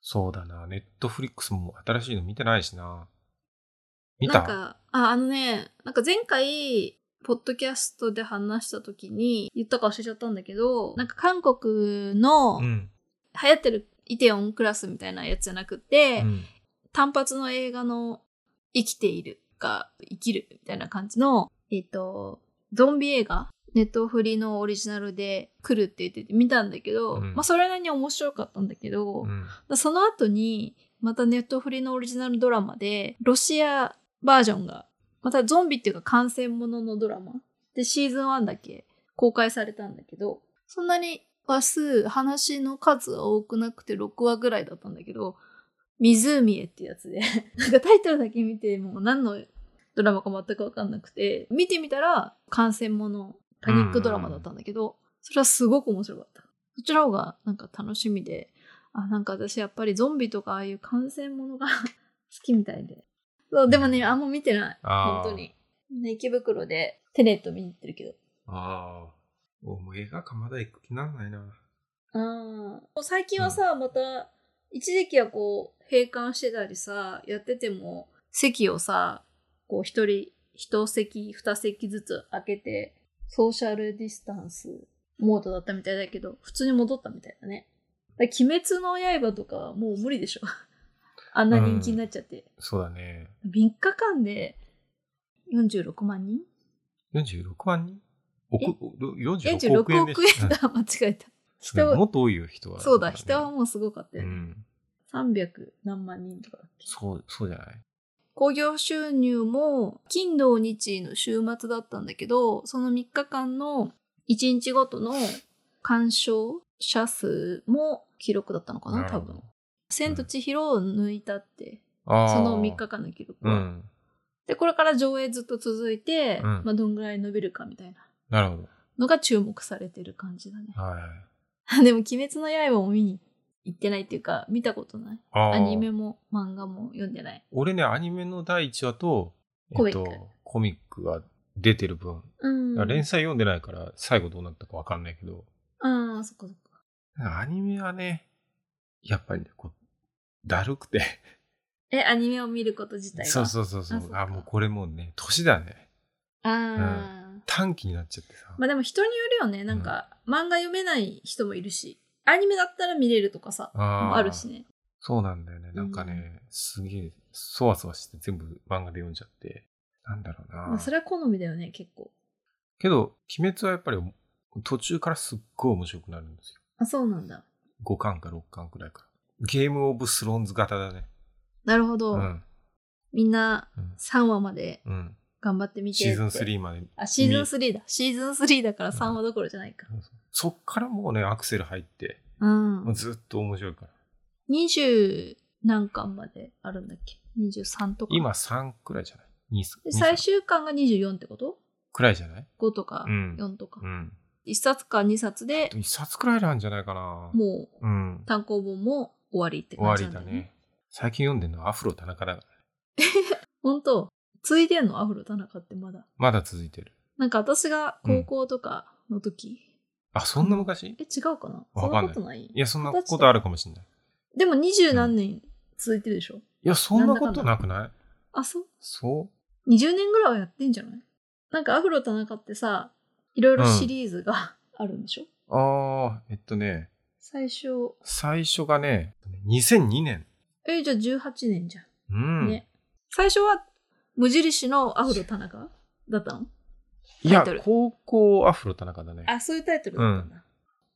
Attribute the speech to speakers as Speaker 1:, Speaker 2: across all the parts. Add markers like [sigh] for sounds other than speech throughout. Speaker 1: そうだな。ネットフリックスも新しいの見てないしな。見
Speaker 2: な
Speaker 1: た
Speaker 2: んか、あ、あのね、なんか前回、ポッドキャストで話した時に言ったか忘れちゃったんだけど、なんか韓国の
Speaker 1: う
Speaker 2: 流
Speaker 1: ん。
Speaker 2: 行ってるイテオンクラスみたいなやつじゃなくて、
Speaker 1: うん。
Speaker 2: 単発の映画の生きているか生きるみたいな感じの、えっ、と、ゾンビ映画、ネットフリのオリジナルで来るって言ってて見たんだけど、
Speaker 1: うん
Speaker 2: まあそれなりに面白かったんだけど、
Speaker 1: うん。
Speaker 2: だその後に、またネットフリのオリジナルドラマで、ロシアバージョンが、またゾンビっていうか感染もののドラマで、シーズン1だけ公開されたんだけど、そんなに話数、話の数は多くなくて6話ぐらいだったんだけど、湖へってやつで、 [laughs] なんかタイトルだけ見て、もう何のドラマか全くわかんなくて、見てみたら感染もの、パニックドラマだったんだけど、それはすごく面白かった。そっちら方がなんか楽しみで、あ、なんか私やっぱりゾンビとかああいう感染ものが [laughs] 好きみたいで。そう、でもね、あんま見てない。
Speaker 1: あー
Speaker 2: 本当に。ね、池袋でテネット見に行ってるけど。
Speaker 1: ああ。おもう映画館まだ行く気なんないな。
Speaker 2: ああ。最近はさ、また、一時期はこう、閉館してたりさ、やってても、席をさ、こう、一人、一席、二席ずつ開けて、ソーシャルディスタンスモードだったみたいだけど、普通に戻ったみたいだね。だから鬼滅の刃とかはもう無理でしょ。 [laughs] あんな人気になっちゃって。
Speaker 1: そうだね。
Speaker 2: 3日間で46万人
Speaker 1: 46万人億
Speaker 2: え
Speaker 1: ど46
Speaker 2: ?46
Speaker 1: 億円
Speaker 2: 億
Speaker 1: で
Speaker 2: 円
Speaker 1: し
Speaker 2: だ、間違えた。人
Speaker 1: もっと多いよ、人は。
Speaker 2: そう
Speaker 1: から
Speaker 2: だ、
Speaker 1: ね
Speaker 2: 人はもうすごかった
Speaker 1: う
Speaker 2: よね。
Speaker 1: ん。
Speaker 2: 300何万人とかだっけ。
Speaker 1: そう、そうじゃない
Speaker 2: 興行収入も、金土日の週末だったんだけど、その3日間の1日ごとの鑑賞者数も記録だったのかな、
Speaker 1: なる
Speaker 2: 多
Speaker 1: ほど
Speaker 2: 分。千と千尋を抜いたって、
Speaker 1: ああ。
Speaker 2: その3日間の記録
Speaker 1: う
Speaker 2: は。
Speaker 1: ん。
Speaker 2: で、これから上映ずっと続いて、
Speaker 1: うん
Speaker 2: まあ、どんぐらい伸びるかみたいな
Speaker 1: なるほど。
Speaker 2: のが注目されてる感じだね。 [laughs]
Speaker 1: はいはい。
Speaker 2: でも、鬼滅の刃も見に行ってないっていうか、見たことない。
Speaker 1: ああ。
Speaker 2: アニメも漫画も読んでない。
Speaker 1: 俺ね、アニメの第1話と、
Speaker 2: コミ
Speaker 1: えっ
Speaker 2: ック
Speaker 1: と、コミックが出てる分、
Speaker 2: うん。
Speaker 1: 連載読んでないから最後どうなったかわかんないけど、
Speaker 2: ああ、そっかそっか。
Speaker 1: アニメはね、やっぱりね、こう、だるくて。
Speaker 2: え、アニメを見ること自体が。
Speaker 1: そうそうそうそう。
Speaker 2: あそっか
Speaker 1: あもうこれもうね、年だね。
Speaker 2: ああ。
Speaker 1: 短期になっちゃってさ。
Speaker 2: まあでも人によるよね。なんか、漫画読めない人もいるし、アニメだったら見れるとかさ、
Speaker 1: あー
Speaker 2: もあるしね。
Speaker 1: そうなんだよね。なんかね、すげえ、そわそわして全部漫画で読んじゃって。なんだろうな。
Speaker 2: まあそれは好みだよね、結構。
Speaker 1: けど、鬼滅はやっぱり途中からすっごい面白くなるんですよ。
Speaker 2: あ、そうなんだ。
Speaker 1: 5巻か6巻くらいから。ゲームオブスローンズ型だね。
Speaker 2: なるほど。
Speaker 1: うん。
Speaker 2: みんな
Speaker 1: うん
Speaker 2: 3話まで
Speaker 1: うん。
Speaker 2: 頑張って見て
Speaker 1: シーズン
Speaker 2: って
Speaker 1: 3まで。
Speaker 2: あ、シーズン3だ。シーズン3だから3話どころじゃないか。
Speaker 1: そっからもうね、アクセル入って、
Speaker 2: うん
Speaker 1: もう。ずっと面白いから。
Speaker 2: 20何巻まであるんだっけ ?23 とか。
Speaker 1: 今3くらいじゃない ?2、
Speaker 2: で
Speaker 1: 2
Speaker 2: 最終巻が24ってこと
Speaker 1: くらいじゃない
Speaker 2: ?5 とか
Speaker 1: うん
Speaker 2: 4とか。
Speaker 1: うん。
Speaker 2: 1冊か2冊で
Speaker 1: でも1冊くらいなんじゃないかな。
Speaker 2: もう
Speaker 1: うん。
Speaker 2: 単行本も終わりって
Speaker 1: 終
Speaker 2: 感
Speaker 1: わ
Speaker 2: じな
Speaker 1: り
Speaker 2: んだ
Speaker 1: だ
Speaker 2: よね。
Speaker 1: ね。最近読んでるのはアフロ田中だから。
Speaker 2: 本当ついでんのアフロ田中ってまだ。
Speaker 1: まだ続いてる。
Speaker 2: なんか私が高校とかの時。
Speaker 1: あ、そんな昔
Speaker 2: え、違うかなそ
Speaker 1: わ
Speaker 2: ん
Speaker 1: か
Speaker 2: なんこ
Speaker 1: ない
Speaker 2: とない
Speaker 1: いや、そんなことあるかもしれない。
Speaker 2: でも二十何年続いてるでしょ、
Speaker 1: いや、そんなことなくない
Speaker 2: あ、そう
Speaker 1: そう
Speaker 2: ?20 年ぐらいはやってんじゃないなんかアフロ田中ってさ、いろいろシリーズが [laughs] あるんでしょ、
Speaker 1: ああ、えっとね、
Speaker 2: 最初、
Speaker 1: 最初がね、2002年。
Speaker 2: え、じゃあ18年じゃん。
Speaker 1: うん。
Speaker 2: ね。最初は無印のアフロ田中だったの
Speaker 1: いや
Speaker 2: タイトル、
Speaker 1: 高校アフロ田中だね。
Speaker 2: あ、そういうタイトルだったんだ。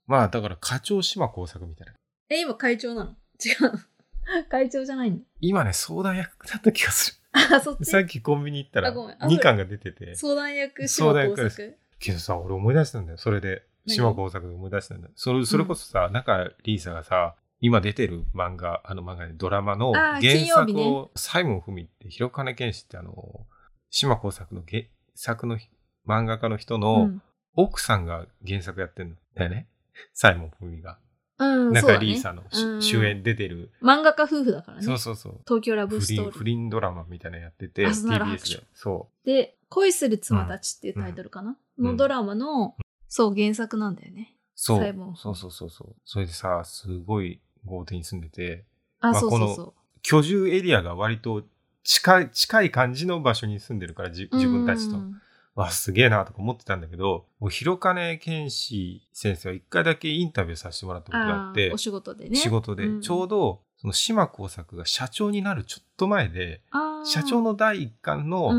Speaker 1: まあ、だから課長島工作みたいな。
Speaker 2: え、今会長なの違うの。 [laughs] 会長じゃないん
Speaker 1: 今ね、相談役だった気がす
Speaker 2: だ。あ、そっ
Speaker 1: る。
Speaker 2: ち
Speaker 1: さ。っきコンビニ行ったら
Speaker 2: あごめんあ
Speaker 1: 2巻が出てて。
Speaker 2: 相談役、
Speaker 1: 相
Speaker 2: 島
Speaker 1: 談
Speaker 2: 工
Speaker 1: 役です
Speaker 2: 作。
Speaker 1: けどさ、俺思い出したんだよ。それで。
Speaker 2: 何
Speaker 1: 島工作で思い出したんだよ。それそれこそさ、中リーサがさ、今出てる漫画、あの漫画でドラマの
Speaker 2: あ
Speaker 1: 原
Speaker 2: ー金曜
Speaker 1: 作
Speaker 2: 日ね
Speaker 1: を、サイモン文って、広金健士ってあの、島工作の原作の漫画家の人
Speaker 2: う
Speaker 1: の
Speaker 2: ん。
Speaker 1: 奥さんが原作やってんだよね。サイモン文が。
Speaker 2: うん、そう
Speaker 1: 中
Speaker 2: だ
Speaker 1: リ
Speaker 2: ね
Speaker 1: ー。サの
Speaker 2: うん
Speaker 1: し主演出てる。
Speaker 2: 漫画家夫婦だからね。
Speaker 1: そうそうそう。
Speaker 2: 東京ラ
Speaker 1: 不
Speaker 2: ブスト
Speaker 1: 倫、
Speaker 2: ー
Speaker 1: 不
Speaker 2: リー。
Speaker 1: 倫ドラマみたいなのやってて、
Speaker 2: あそうなら
Speaker 1: TBS で。そ
Speaker 2: で、恋する妻たちっていうタイトルかな、
Speaker 1: うん
Speaker 2: のドラマの、そう、原作なんだよね。
Speaker 1: う。そ
Speaker 2: サイ
Speaker 1: う
Speaker 2: モン。
Speaker 1: そうそうそうそう。それでさ、すごい豪邸に住んでて、
Speaker 2: あ、
Speaker 1: まあ
Speaker 2: そうそうそう。
Speaker 1: 居住エリアが割と近い、近い感じの場所に住んでるから、じ自分たちと。
Speaker 2: うん
Speaker 1: わあ、すげえなとか思ってたんだけど、もう広金健志先生は一回だけインタビューさせてもらったことがあ
Speaker 2: あ
Speaker 1: っ
Speaker 2: ー
Speaker 1: て
Speaker 2: お、仕事でね。
Speaker 1: 仕事で、
Speaker 2: うん
Speaker 1: ちょうど、その島耕作が社長になるちょっと前で、
Speaker 2: あー
Speaker 1: 社長の第一巻
Speaker 2: うん
Speaker 1: の
Speaker 2: うんう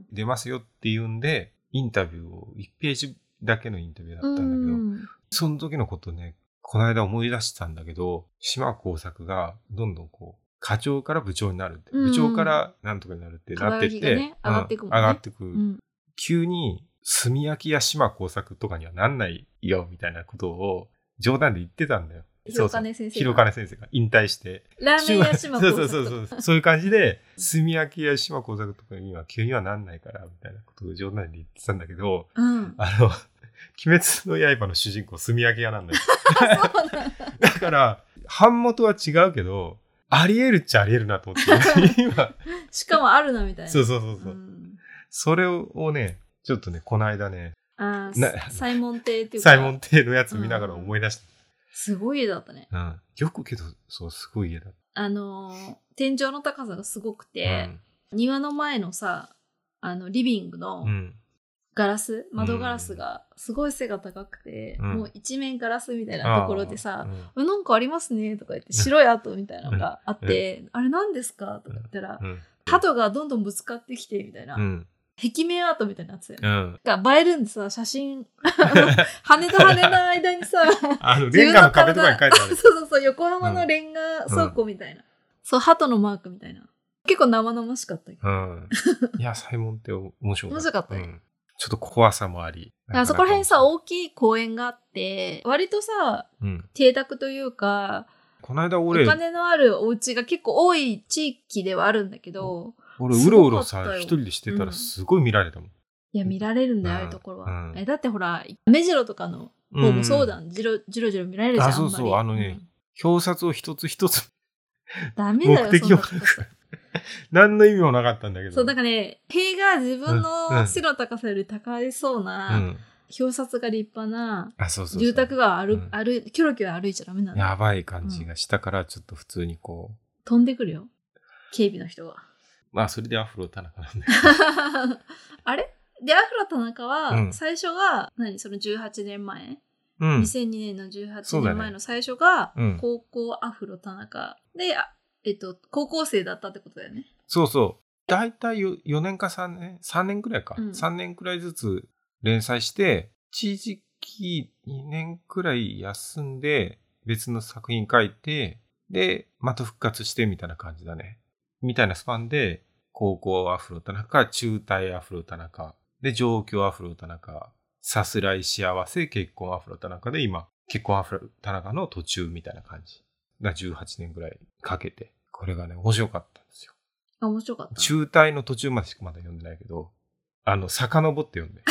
Speaker 2: ん。
Speaker 1: 出ますよっていうんで、インタビューを1ページだけのインタビューだったんだけど、
Speaker 2: うん
Speaker 1: その時のことね、この間思い出したんだけど、島耕作がどんどんこう、課長から部長になるって、
Speaker 2: うんうん
Speaker 1: 部長からなんとかになるってなってって、
Speaker 2: 肩書きがね上がっていくもんね
Speaker 1: 上がってく。
Speaker 2: うん
Speaker 1: 急に、炭焼きや島耕作とかにはなんないよ、みたいなことを冗談で言ってたんだよ。
Speaker 2: 広金先生が
Speaker 1: 広金先生が引退して。
Speaker 2: ラーメン屋島
Speaker 1: そ
Speaker 2: 耕
Speaker 1: うそ
Speaker 2: 作
Speaker 1: うそうそう。そういう感じで、炭焼きや島耕作とかには急にはなんないから、みたいなことを冗談で言ってたんだけど、
Speaker 2: うん。
Speaker 1: あの、 [laughs] 鬼滅の刃の主人公、炭焼き屋なんだよ。
Speaker 2: [laughs] あそうなんだ。
Speaker 1: だから、版元は違うけど、ありえるっちゃありえるなと思って、
Speaker 2: [laughs]
Speaker 1: 今、
Speaker 2: しかもあるなみたいな。
Speaker 1: そうそうそうそう、
Speaker 2: うん
Speaker 1: それをね、ちょっとね、この間ね、
Speaker 2: あ
Speaker 1: な
Speaker 2: あ、サイモン亭っていうか。
Speaker 1: サイモン亭のやつ見ながら思い出し
Speaker 2: すごい家だったね。
Speaker 1: た。うん。よくけど、そう、すごい家だっ
Speaker 2: あのー、天井の高さがすごく
Speaker 1: た。
Speaker 2: て、庭の前のさ、あの、リビングの
Speaker 1: うん。うん。
Speaker 2: ガラス、窓ガラスがすごい背が高くて、
Speaker 1: うん
Speaker 2: もう一面ガラスみたいなところでさ、
Speaker 1: あ
Speaker 2: あなんかありますねとか言って白い跡みたいなのがあって、あれ何ですかとか言ったら、
Speaker 1: ー、うん。
Speaker 2: 鳩がどんどんぶつかってきてみたいな、
Speaker 1: うん。
Speaker 2: 壁面アートみたいなやつだよね
Speaker 1: うん。
Speaker 2: なんか映えるんでさ写
Speaker 1: [laughs]
Speaker 2: 真羽と羽の間にさ
Speaker 1: あの、レンガの壁とかに書いてあ
Speaker 2: [laughs] そう
Speaker 1: る。
Speaker 2: そうそう横浜のレンガ倉庫みたいな、そう鳩のマークみたいな結構生々しかったけど
Speaker 1: うん。いや、サイモン亭面白かった。
Speaker 2: 面白かったね
Speaker 1: うんちょっと怖さもあり。
Speaker 2: あそこら辺さ
Speaker 1: お
Speaker 2: 大きい公園があって割とさ
Speaker 1: うん。
Speaker 2: 邸宅というか
Speaker 1: この間
Speaker 2: お
Speaker 1: 俺、
Speaker 2: 金のあるお家が結構多い地域ではあるんだけど、
Speaker 1: 俺、うろうろ
Speaker 2: すごかっ
Speaker 1: さ、
Speaker 2: たよ
Speaker 1: 一人でしてた
Speaker 2: う
Speaker 1: ら
Speaker 2: ん
Speaker 1: すごい見られたもん。
Speaker 2: いや見られるんだよ、
Speaker 1: うん
Speaker 2: ああいうところ
Speaker 1: う
Speaker 2: は、
Speaker 1: ん
Speaker 2: えだってほら目白とかの方もそうだ、ん、じろじろじろ見られるじゃん
Speaker 1: あそうそう
Speaker 2: あんまり
Speaker 1: あのね表札を一つ一つ、 [laughs]
Speaker 2: うんダメだよ
Speaker 1: 目的を
Speaker 2: そんなとこさ
Speaker 1: 何の意味もなかったんだけど。
Speaker 2: そう、なんかね、塀が自分
Speaker 1: うんう
Speaker 2: の
Speaker 1: ん
Speaker 2: 背の高さより高いそう
Speaker 1: う
Speaker 2: な、
Speaker 1: ん。
Speaker 2: 表札が立派な、
Speaker 1: あ、そうそうそう
Speaker 2: 住宅が歩、
Speaker 1: うん
Speaker 2: 歩、キョロキョロ歩いちゃダメなんだ。
Speaker 1: やばい感じがしたから、ちょっと普通にこう。
Speaker 2: 飛んでくるよ。警備の人が。 [laughs]
Speaker 1: まあ、それでアフロ田中なんだ
Speaker 2: あれで、アフロ田中は、
Speaker 1: うん
Speaker 2: 最初が、何その18年前、
Speaker 1: けど。うん。
Speaker 2: ?2002 年の18
Speaker 1: そうだね
Speaker 2: 年前の最初が、
Speaker 1: うん
Speaker 2: 高校アフロ田中で、あえっと、高校生だったってことだよね。
Speaker 1: そうそう。大体よ4年か3年、3年くらいか。
Speaker 2: うん
Speaker 1: 3年くらいずつ連載して、一時期2年くらい休んで、別の作品書いて、で、また復活してみたいな感じだね。みたいなスパンで、高校アフロ田中、中退アフロ田中、で、上京アフロ田中、さすらい幸せ、結婚アフロ田中で、今、結婚アフロ田中の途中みたいな感じ。が18年くらいかけて、これがね、面白かったんですよ。
Speaker 2: あ、面白かった。 [laughs]
Speaker 1: 中退の途中までしかまだ読んでないけど、あの、遡って読んで。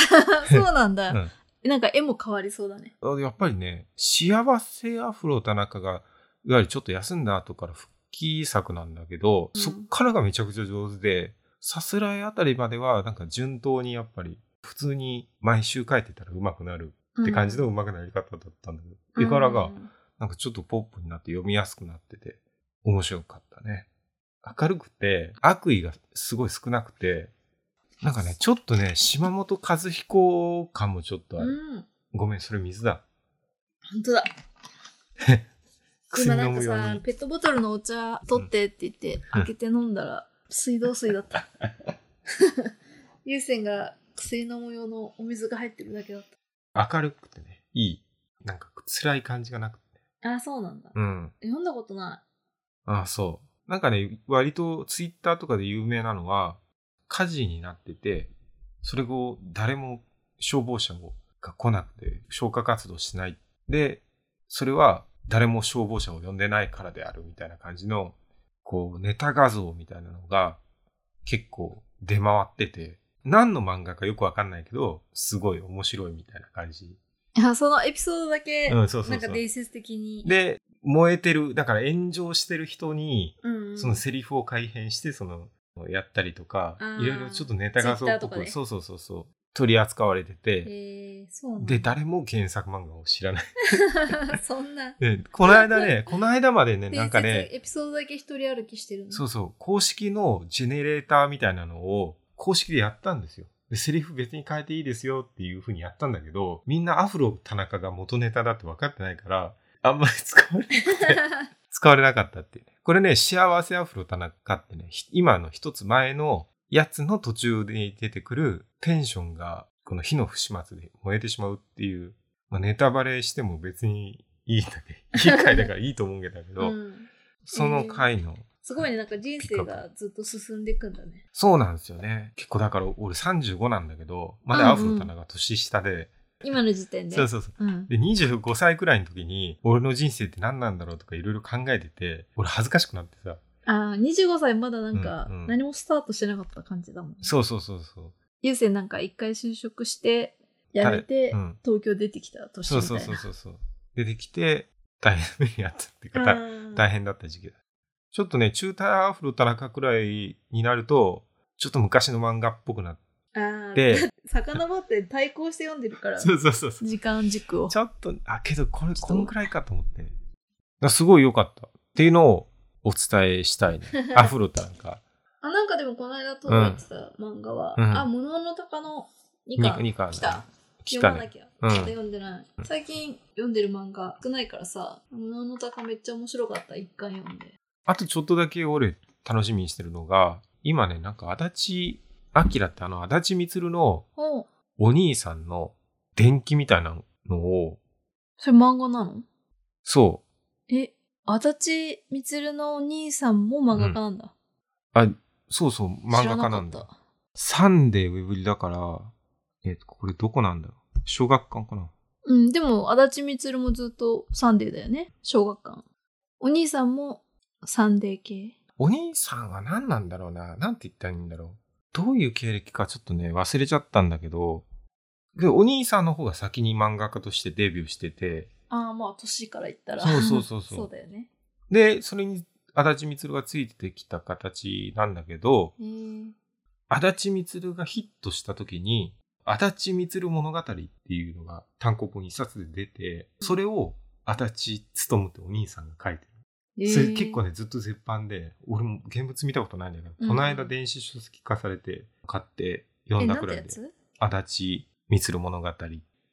Speaker 2: そうなんだ、
Speaker 1: うん
Speaker 2: なんか絵も変わりそうだね。
Speaker 1: あやっぱりね、幸せアフロ田中が、いわゆるちょっと休んだ後から復帰作なんだけど、
Speaker 2: うん
Speaker 1: そっからがめちゃくちゃ上手で、さすらいあたりまではなんか順当にやっぱり、普通に毎週書いてたら上手くなるって感じの上手くなり方だったんだけど、絵柄
Speaker 2: う
Speaker 1: が
Speaker 2: んうんうん
Speaker 1: なんかちょっとポップになって読みやすくなってて、面白かったね。明るくて、悪意がすごい少なくて、なんかね、ちょっとね、島本和彦感もちょっとある。
Speaker 2: うん。
Speaker 1: ごめん、それ水だ。
Speaker 2: 本当だ。今
Speaker 1: 薬
Speaker 2: な
Speaker 1: 飲
Speaker 2: んか
Speaker 1: むよう
Speaker 2: さ
Speaker 1: に、。
Speaker 2: ペットボトルのお茶取ってって言って、開けて飲んだら、水道水だった。 [laughs] 優先が薬飲む用のお水が入ってるだけだっ
Speaker 1: 明るくてね、いい。なんか辛い感じがなくて。
Speaker 2: た。あ、そうなんだ。
Speaker 1: うん。
Speaker 2: 読んだことな
Speaker 1: ああ、そう。なんかね、割とツイッターとかで有名なのは、火事になってて、それ後、誰も消防車が来なくて、消火活動しない。で、それは誰も消防車を呼んでないからであるみたいな感じの、こう、ネタ画像みたいなのが結構出回ってて、何の漫画かよくわかんないけど、すごい面白いみたいな感じ。
Speaker 2: い。あ、そのエピソードだけ、
Speaker 1: うん、そうそうそう。
Speaker 2: なんか伝説的に。
Speaker 1: で、燃えてる、だから炎上してる人に、
Speaker 2: うんうん、
Speaker 1: そのセリフを改変して、その、やったりとか
Speaker 2: あ、ー
Speaker 1: いろいろちょっとネタがそうっぽ
Speaker 2: Twitter とか
Speaker 1: く、
Speaker 2: で
Speaker 1: そうそうそうそう、取り扱われてて、
Speaker 2: へえ、そうなんだ
Speaker 1: で、誰も原作漫画を知らない。
Speaker 2: [laughs] そんな。
Speaker 1: で、この間
Speaker 2: [laughs]
Speaker 1: ね、この間までね、
Speaker 2: 伝説
Speaker 1: なんかね、
Speaker 2: エピソードだけ一人歩きしてるの。
Speaker 1: そうそう、公式のジェネレーターみたいなのを公式でやったんですよ。で、セリフ別に変えていいですよっていう風にやったんだけど、みんなアフロ田中が元ネタだって分かってないから、あんまり使われ、使われなかったっていうね。これね、幸せアフロ田中ってね、ひ今の一つ前のやつの途中で出てくるペンションがこの火の不始末で燃えてしまうっていう、まあ、ネタバレしても別にいいだ
Speaker 2: [laughs]
Speaker 1: け、いい回だからいいと思うんだけど、
Speaker 2: うん
Speaker 1: その回の
Speaker 2: すごいね、なんか人生がずっと進んでいくんだね。
Speaker 1: そうなんですよね。結構だから俺35なんだけど、まだアフロタナが年下で、
Speaker 2: 今の時点で。
Speaker 1: そうそうそう。
Speaker 2: うん。
Speaker 1: で、25歳くらいの時に、俺の人生って何なんだろうとかいろいろ考えてて、俺恥ずかしくなってさ。
Speaker 2: ああ、25歳まだなんか
Speaker 1: うんうん
Speaker 2: 何もスタートしてなかった感じだもん、ね。
Speaker 1: そうそうそうそう。
Speaker 2: ゆうせいなんか一回就職して、辞めて、
Speaker 1: うん。
Speaker 2: 東京出てきた年
Speaker 1: そ
Speaker 2: み
Speaker 1: う
Speaker 2: たいな。
Speaker 1: そうそうそうそう。出てきて、大変な目にあったっていうか、大
Speaker 2: うん
Speaker 1: 大変だった時期だ。ちょっとね、中退アフロタナカくらいになると、ちょっと昔の漫画っぽくなっ
Speaker 2: ああ、
Speaker 1: て、
Speaker 2: 遡って対抗して読んでるから、
Speaker 1: そうそうそうそう。
Speaker 2: 時間軸を。
Speaker 1: ちょっと、あ、けどこれ、
Speaker 2: ちょっと
Speaker 1: こんくらいかと思って。だからすごい良かった。っていうのをお伝えした
Speaker 2: [laughs]
Speaker 1: いね。アフロタなんか。
Speaker 2: あ、なんかでもこの間届いてた漫画は、
Speaker 1: うん
Speaker 2: あ、ものの鷹の2巻
Speaker 1: 2巻。
Speaker 2: 来た。
Speaker 1: 来
Speaker 2: 読
Speaker 1: た
Speaker 2: まな
Speaker 1: ね。
Speaker 2: きゃ。
Speaker 1: うん
Speaker 2: まだ読んでない。最近読んでる漫画少ないからさ、ものの鷹めっちゃ面白かった、1巻読んで。
Speaker 1: あとちょっとだけ俺楽しみにしてるのが、今ね、なんか足立明ってあの足立みつるの
Speaker 2: お
Speaker 1: お兄さんの伝記みたいなのを、
Speaker 2: それ漫画なの
Speaker 1: そ
Speaker 2: え、足立みつるのお兄さんも漫画家なんだ。
Speaker 1: う、そうそう、漫画家なん
Speaker 2: 知ら
Speaker 1: だ
Speaker 2: か。っ
Speaker 1: サンデーウェブリだから、えっ、と、これどこなんだろう小学館かな
Speaker 2: た。うん、でも足立みつるもずっとサンデーだよね。小学館。お兄さんもサンデー系。
Speaker 1: お兄さんは何なんだろうな。なんて言ったらいいんだろう。どういう経歴かちょっとね、忘れちゃったんだけど、けどお兄さんの方が先に漫画家としてデビューしてて、
Speaker 2: ああ、まあ、年から言ったら。
Speaker 1: そうそうそうそう
Speaker 2: そうだよね。
Speaker 1: で、それに足立みつるがついてきた形なんだけど、
Speaker 2: へー
Speaker 1: 足立みつるがヒットした時に、足立みつる物語っていうのが単行本一冊で出て、それを足立つとむってお兄さんが書いてる。
Speaker 2: え
Speaker 1: それ結構
Speaker 2: ね。
Speaker 1: ね、ずっと絶版で、俺も現物見たことないんだけど、
Speaker 2: うん
Speaker 1: この間電子書籍化されて買って読
Speaker 2: え、
Speaker 1: んだ
Speaker 2: なん
Speaker 1: く
Speaker 2: て
Speaker 1: らい
Speaker 2: や
Speaker 1: で、
Speaker 2: つ
Speaker 1: 足立みつる物語。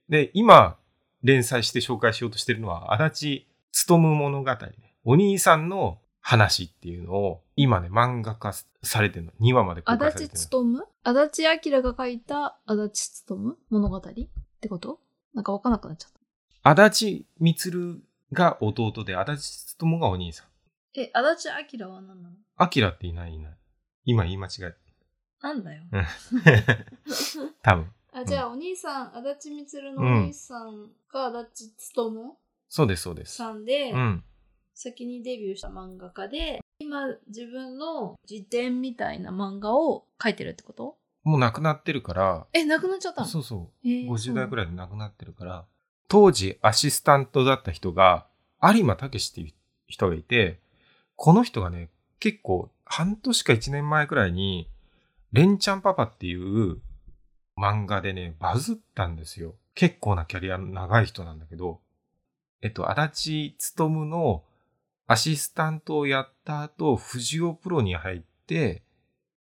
Speaker 1: で、今、連載して紹介しようとしてるのは、足立つとむ物語ね。お兄さんの話っていうのを、今ね、漫画化されてるの。2話まで公開され
Speaker 2: 足立
Speaker 1: てる
Speaker 2: つとむ足立明が書いた足立つとむ物語ってことなんかわかんなくなっちゃった。
Speaker 1: の。足立みつるが弟で、足立つとむがお兄さん。
Speaker 2: え、足立明は何なの
Speaker 1: あきらっていないいない。今言い間違え
Speaker 2: なんだよ。
Speaker 1: [laughs] た。多分。
Speaker 2: あ、じゃあ、お兄さん、足立みつるのお兄さんが足立つとむ
Speaker 1: そうです、そうです。
Speaker 2: さんで、
Speaker 1: うん。
Speaker 2: 先にデビューした漫画家で、今自分の辞典みたいな漫画を書いてるってこと
Speaker 1: もう亡くなってるから、
Speaker 2: え、なくなっちゃったの
Speaker 1: そうそう。
Speaker 2: えー
Speaker 1: 50代く
Speaker 2: らい。
Speaker 1: らいで亡くなってるから、当時アシスタントだった人が、有馬武っていう人がいて、この人がね、結構半年か1年前くらいに、レンちゃんパパっていう漫画でね、バズったんですよ。結構なキャリアの長い人なんだけど、えっと、足立つとむのアシスタントをやった後、藤尾プロに入って、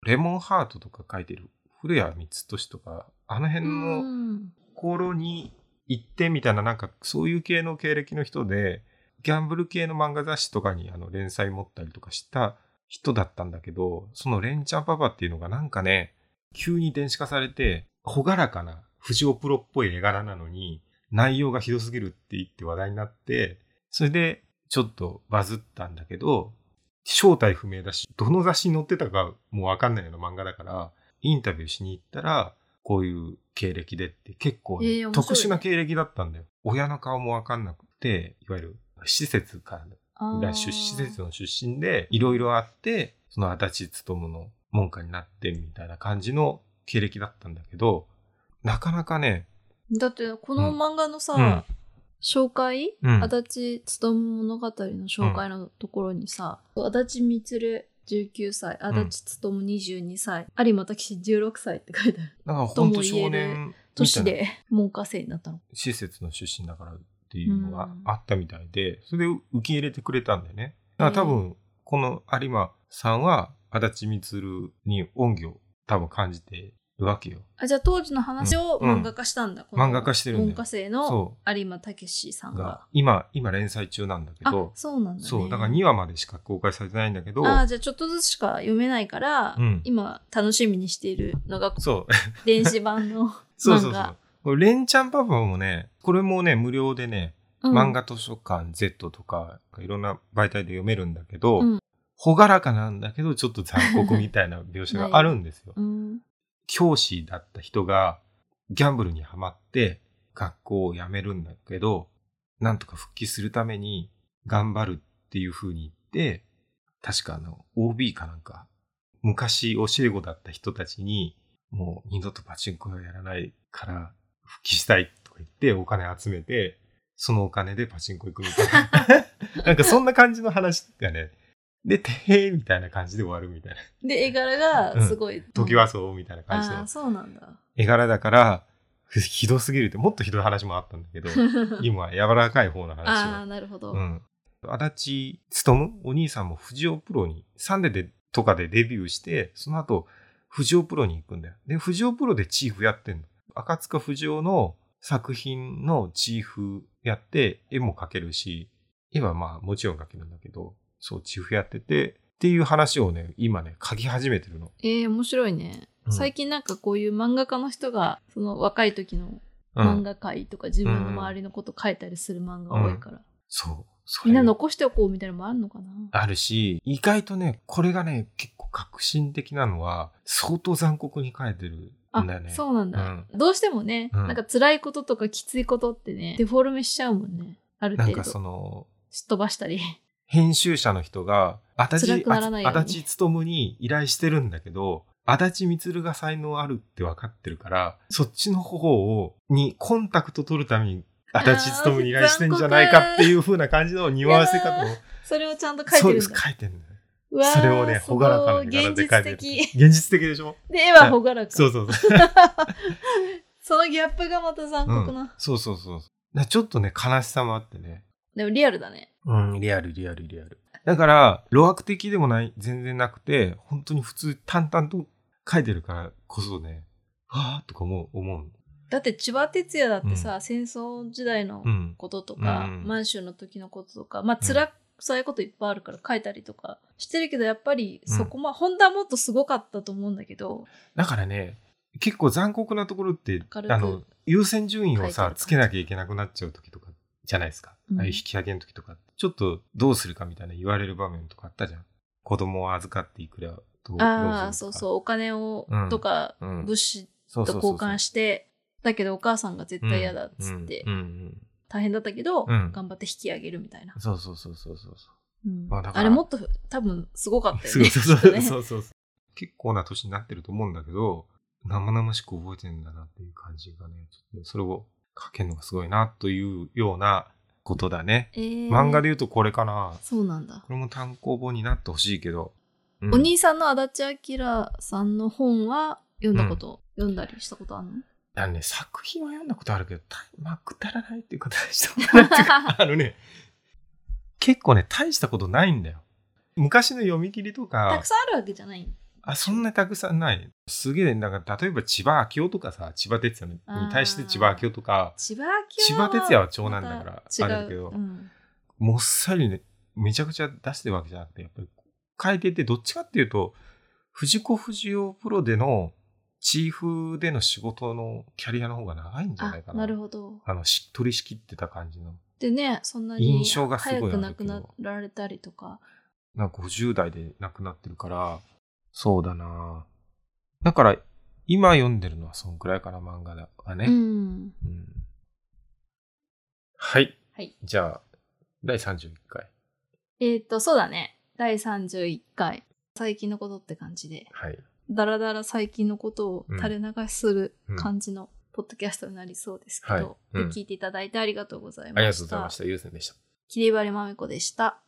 Speaker 1: レモンハートとか書いてる古谷光俊とか、あの辺
Speaker 2: う
Speaker 1: の、
Speaker 2: ん。
Speaker 1: 頃に行ってみたいな、なんかそういう系の経歴の人で、ギャンブル系の漫画雑誌とかにあの連載持ったりとかした人だったんだけど、そのレンちゃんパパっていうのがなんかね、急に電子化されて、ほがらかな、藤尾プロっぽい絵柄なのに、内容がひどすぎるって言って話題になって、それでちょっとバズったんだけど、正体不明だし、どの雑誌に載ってたかもうわかんないような漫画だから、インタビューしに行ったら、こういう経歴でって結構ね、
Speaker 2: えー面白いね
Speaker 1: 特殊な経歴だったんだよ。親の顔もわかんなくて、いわゆる施設から
Speaker 2: あー
Speaker 1: だ出施設の出身でいろいろあってその足立勉の門下になってみたいな感じの経歴だったんだけどなかなかね、
Speaker 2: だって、この漫画のさ、
Speaker 1: うん
Speaker 2: 紹介、
Speaker 1: うん
Speaker 2: 足立つとむ物語の紹介のところにさ、足立みつる19歳、
Speaker 1: ん
Speaker 2: 足立勉22歳、有馬滝氏16歳って書いてある。
Speaker 1: なんか本当少年みた
Speaker 2: 年
Speaker 1: いな
Speaker 2: で文科生になったの。
Speaker 1: 施設の出身だからっていうのがあったみたいで、それを受け入れてくれたんだよね。だから多分、この有馬さんは、足立満に恩義を多分感じてるわけよ。
Speaker 2: あじゃあ当時の話を
Speaker 1: うん
Speaker 2: 漫画化したんだ。この
Speaker 1: 漫画化してるんだよ
Speaker 2: 文科生の
Speaker 1: そ
Speaker 2: 有馬武史さん
Speaker 1: う。が
Speaker 2: が。、
Speaker 1: 今、今連載中なんだけ
Speaker 2: あ
Speaker 1: ど、
Speaker 2: そうなんだ、ね。
Speaker 1: そう、だから2話までしか公開されてないんだけど、
Speaker 2: あーじゃあちょっとずつしか読めないから、
Speaker 1: うん
Speaker 2: 今楽しみにしているのが
Speaker 1: そう、
Speaker 2: 電子版の
Speaker 1: [laughs] そうそ
Speaker 2: 漫
Speaker 1: うそう
Speaker 2: 画。。
Speaker 1: これ、レンちゃんパパもね、これもね、無料でね、
Speaker 2: うん
Speaker 1: 漫画図書館 Z とか、いろんな媒体で読めるんだけど、
Speaker 2: うん
Speaker 1: ほがらかなんだけど、ちょっと残酷みたいな描写があるんですよ。
Speaker 2: うん。
Speaker 1: 教師だった人が、ギャンブルにはまって、学校を辞めるんだけど、なんとか復帰するために、頑張るっていう風に言って、確かあの、OB かなんか、昔教え子だった人たちに、もう二度とパチンコはやらないから、復帰したいとか言って、お金集めて、そのお金でパチンコ行くみたいな。なんかそんな感じの話がね、で、てへーみたいな感じで終わるみたいな。
Speaker 2: で、絵柄がすごい。
Speaker 1: 時キワ荘みたいな感じで
Speaker 2: ああー、そうなんだ。
Speaker 1: 絵柄だから、ひどすぎるって、もっとひどい話もあったんだ
Speaker 2: [laughs]
Speaker 1: けど、今、柔らかい方の
Speaker 2: ああ、
Speaker 1: 話
Speaker 2: なるほ
Speaker 1: を。
Speaker 2: ど。
Speaker 1: うん。足立勉お兄さんも藤尾プロに、サンデーでとかでデビューして、その後、藤尾プロに行くんだよ。で、藤尾プロでチーフやってんの。赤塚不二夫の作品のチーフやって、絵も描けるし、絵はまあもちろん描けるんだけど、そう、チーフやってて、っていう話をね、今ね、書き始めてるの。
Speaker 2: ええ面白いね。
Speaker 1: うん
Speaker 2: 最近なんかこういう漫画家の人が、その若い時の
Speaker 1: うん
Speaker 2: 漫画界とか自分の周りのこと書いたりする漫画多いから、
Speaker 1: そう。そ
Speaker 2: み
Speaker 1: れ
Speaker 2: んな残しておこうみたいなのもあるのかな
Speaker 1: あるし、意外とね、これがね、結構革新的なのは、相当残酷に書いてる
Speaker 2: あ
Speaker 1: んだよね。
Speaker 2: そうなんだ、どうしてもね、
Speaker 1: うん
Speaker 2: なんか辛いこととかきついことってねデフォルメしちゃうもんねある
Speaker 1: なん
Speaker 2: 程度
Speaker 1: か
Speaker 2: す
Speaker 1: そ
Speaker 2: っ
Speaker 1: の、
Speaker 2: 飛ばしたり
Speaker 1: [laughs] 編集者の人が、足
Speaker 2: 辛
Speaker 1: 立、
Speaker 2: くならないように
Speaker 1: あ足立勉に依頼してるんだけど、足立満が才能あるって分かってるから、そっちの方を、にコンタクト取るために、足立勉に依頼してんじゃないかっていう風な感じの匂わせ方を、
Speaker 2: それをちゃんと書いてるん
Speaker 1: そう
Speaker 2: だ
Speaker 1: 書いてんだよ。
Speaker 2: うわー
Speaker 1: それをね、
Speaker 2: すご
Speaker 1: ほ
Speaker 2: い
Speaker 1: がらかな柄
Speaker 2: 現
Speaker 1: で
Speaker 2: 実
Speaker 1: 書いてる。
Speaker 2: 的
Speaker 1: 現実的でしょ
Speaker 2: で絵はほがらか
Speaker 1: そうそうそう。
Speaker 2: そのギャップがまた残酷な、
Speaker 1: うんそうそうそうそう。だちょっとね、悲しさもあってね。
Speaker 2: でもリアルだね
Speaker 1: うん、リアル、リアル、リアル。だから、露悪的でもない、全然なくて、本当に普通、淡々と書いてるからこそね、はぁとかも思う。
Speaker 2: だって千葉哲也だってさ、戦争時代の
Speaker 1: うん。
Speaker 2: こととか、
Speaker 1: うん
Speaker 2: 満州の時のこととかまあ辛さいこといっぱいあるから書いたりとかしてるけどやっぱりそこま、本当はもっとすごかったと思うんだけど
Speaker 1: だからね、結構残酷なところって、
Speaker 2: 明るく
Speaker 1: あの、優先順位を
Speaker 2: 書いてる
Speaker 1: さ
Speaker 2: 感、じ
Speaker 1: つけなきゃいけなくなっちゃう時とか、じゃないですか。
Speaker 2: うん
Speaker 1: ああいう引き上げの時とか、ちょっとどうするかみたいな言われる場面とかあったじゃん。子供を預かっていくらどうどうすると
Speaker 2: ああ
Speaker 1: か
Speaker 2: そうそうお金を、
Speaker 1: うん
Speaker 2: とか
Speaker 1: うん。
Speaker 2: 物資
Speaker 1: そう
Speaker 2: と
Speaker 1: そうそうそう
Speaker 2: 交換してだけどお母さんが絶対嫌だっつって、
Speaker 1: うんうんうん
Speaker 2: 大変だったけど、
Speaker 1: うん
Speaker 2: 頑張って引き上げるみたいな、
Speaker 1: そうそうそうそうそうそ
Speaker 2: うん
Speaker 1: まあだから
Speaker 2: あれもっと多分すごか
Speaker 1: う。
Speaker 2: ったよ
Speaker 1: す
Speaker 2: ね
Speaker 1: ごいそう
Speaker 2: きっ
Speaker 1: そ
Speaker 2: と
Speaker 1: う
Speaker 2: ね
Speaker 1: そうそうそう。結構な年になってると思うんだけど、生々しく覚えてるんだなっていう感じがね、ちょっとねそれを書けるのがすごいなというようなことだね。
Speaker 2: [laughs] えー
Speaker 1: 漫画で言うとこれかな。
Speaker 2: そうなんだ
Speaker 1: これも単行本になってほしいけど。うん
Speaker 2: お兄さんの足立明さんの本は読んだこと、読んだりしたことあるの
Speaker 1: あのね、作品は読んだことあるけど、たまあ、くだらないっていうか大したことないっていうかあのね、結構ね、大したことないんだよ。昔の読み切りとか。
Speaker 2: たくさんあるわけじゃない
Speaker 1: あ、そんなにたくさんない。すげえ、なんか、例えば千葉明夫とかさ、千葉哲也に対して千葉明夫とか、
Speaker 2: 千葉
Speaker 1: 千
Speaker 2: 明
Speaker 1: 葉
Speaker 2: は
Speaker 1: 哲也は長男だから、あ
Speaker 2: また
Speaker 1: れ
Speaker 2: 違う
Speaker 1: だけど、
Speaker 2: うん
Speaker 1: もっさりね、めちゃくちゃ出してるわけじゃなくて、やっぱり変えてて、どっちかっていうと、藤子不二雄プロでの、チーフでの仕事のキャリアの方が長いんじゃないか
Speaker 2: あ
Speaker 1: な。
Speaker 2: なるほど
Speaker 1: あの、し取り仕切ってた感じの。
Speaker 2: でねそんなに
Speaker 1: 印象がすごいある
Speaker 2: 早
Speaker 1: け
Speaker 2: く
Speaker 1: ど
Speaker 2: 亡くなられたりとか
Speaker 1: なんか50代で亡くなってるから、そうだなだから、今読んでるのはそんくらいかな、漫画だはね。
Speaker 2: うん
Speaker 1: うんはい。
Speaker 2: はい
Speaker 1: じゃあ、第31回。
Speaker 2: えっ、とそうだね第31回最近のことって感じで
Speaker 1: はい。
Speaker 2: だらだら最近のことを垂れ流しする
Speaker 1: うん
Speaker 2: 感じのポッドキャストになりそうですけど、
Speaker 1: はいうん
Speaker 2: で聞いていただいてありがとうございました
Speaker 1: ありがとうございました。ゆうせんでした。
Speaker 2: 切り張りまめこでした